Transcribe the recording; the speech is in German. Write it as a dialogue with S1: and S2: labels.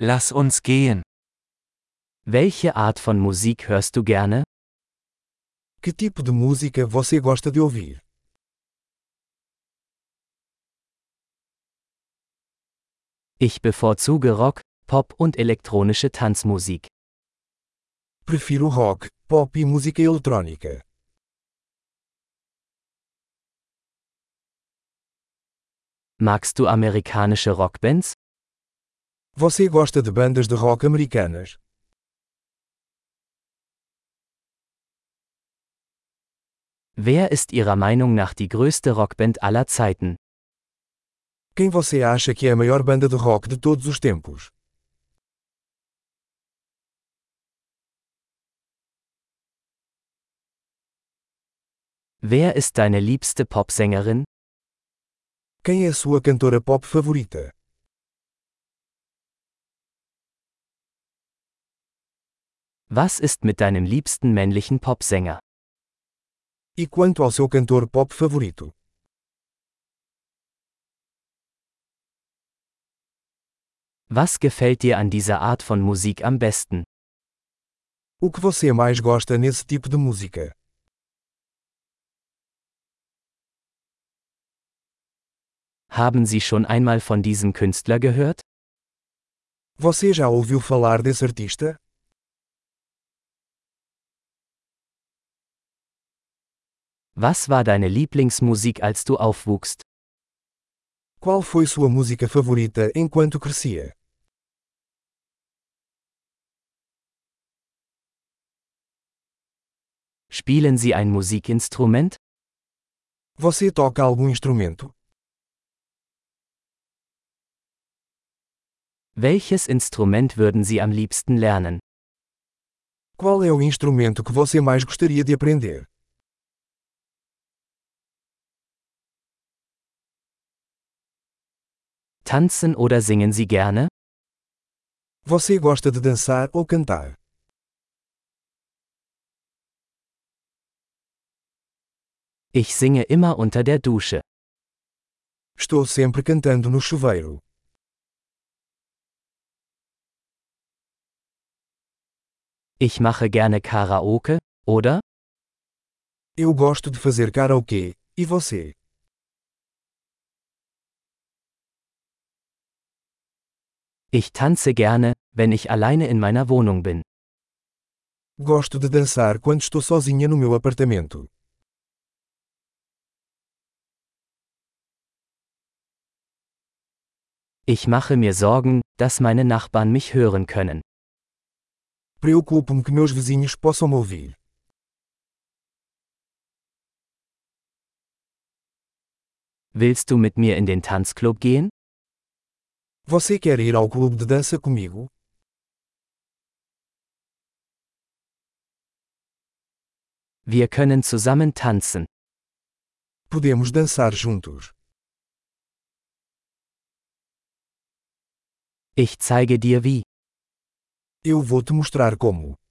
S1: Lass uns gehen.
S2: Welche Art von Musik hörst du gerne?
S3: Que tipo de música você gosta de ouvir?
S2: Ich bevorzuge Rock, Pop und elektronische Tanzmusik.
S3: Prefiro rock, pop e música eletrônica.
S2: Magst du amerikanische Rockbands?
S3: Você gosta de bandas de rock americanas?
S2: Wer ist Ihrer Meinung nach die größte Rockband aller Zeiten?
S3: Quem você acha que é a maior banda de rock de todos os tempos?
S2: Wer ist deine liebste Popsängerin?
S3: Quem é a sua cantora pop favorita?
S2: Was ist mit deinem liebsten männlichen Popsänger?
S3: E quanto ao seu cantor pop favorito?
S2: Was gefällt dir an dieser Art von Musik am besten?
S3: O que você mais gosta nesse tipo de música?
S2: Haben Sie schon einmal von diesem Künstler gehört?
S3: Você já ouviu falar desse artista?
S2: Was war deine Lieblingsmusik, als du aufwuchst?
S3: Qual foi sua música favorita enquanto crescia?
S2: Spielen Sie ein Musikinstrument?
S3: Você toca algum instrumento?
S2: Welches Instrument würden Sie am liebsten lernen?
S3: Qual é o instrumento que você mais gostaria de aprender?
S2: Tanzen oder singen Sie gerne?
S3: Você gosta de dançar ou cantar?
S2: Ich singe immer unter der Dusche.
S3: Estou sempre cantando no chuveiro.
S2: Ich mache gerne Karaoke, oder?
S3: Eu gosto de fazer karaokê, e você?
S2: Ich tanze gerne, wenn ich alleine in meiner Wohnung bin.
S3: Gosto de dançar quando estou sozinha no meu apartamento.
S2: Ich mache mir Sorgen, dass meine Nachbarn mich hören können.
S3: Preocupo-me que meus vizinhos possam me ouvir.
S2: Willst du mit mir in den Tanzclub gehen?
S3: Você quer ir ao clube de dança comigo?
S2: Wir können zusammen tanzen.
S3: Podemos dançar juntos.
S2: Ich zeige dir wie.
S3: Eu vou te mostrar como.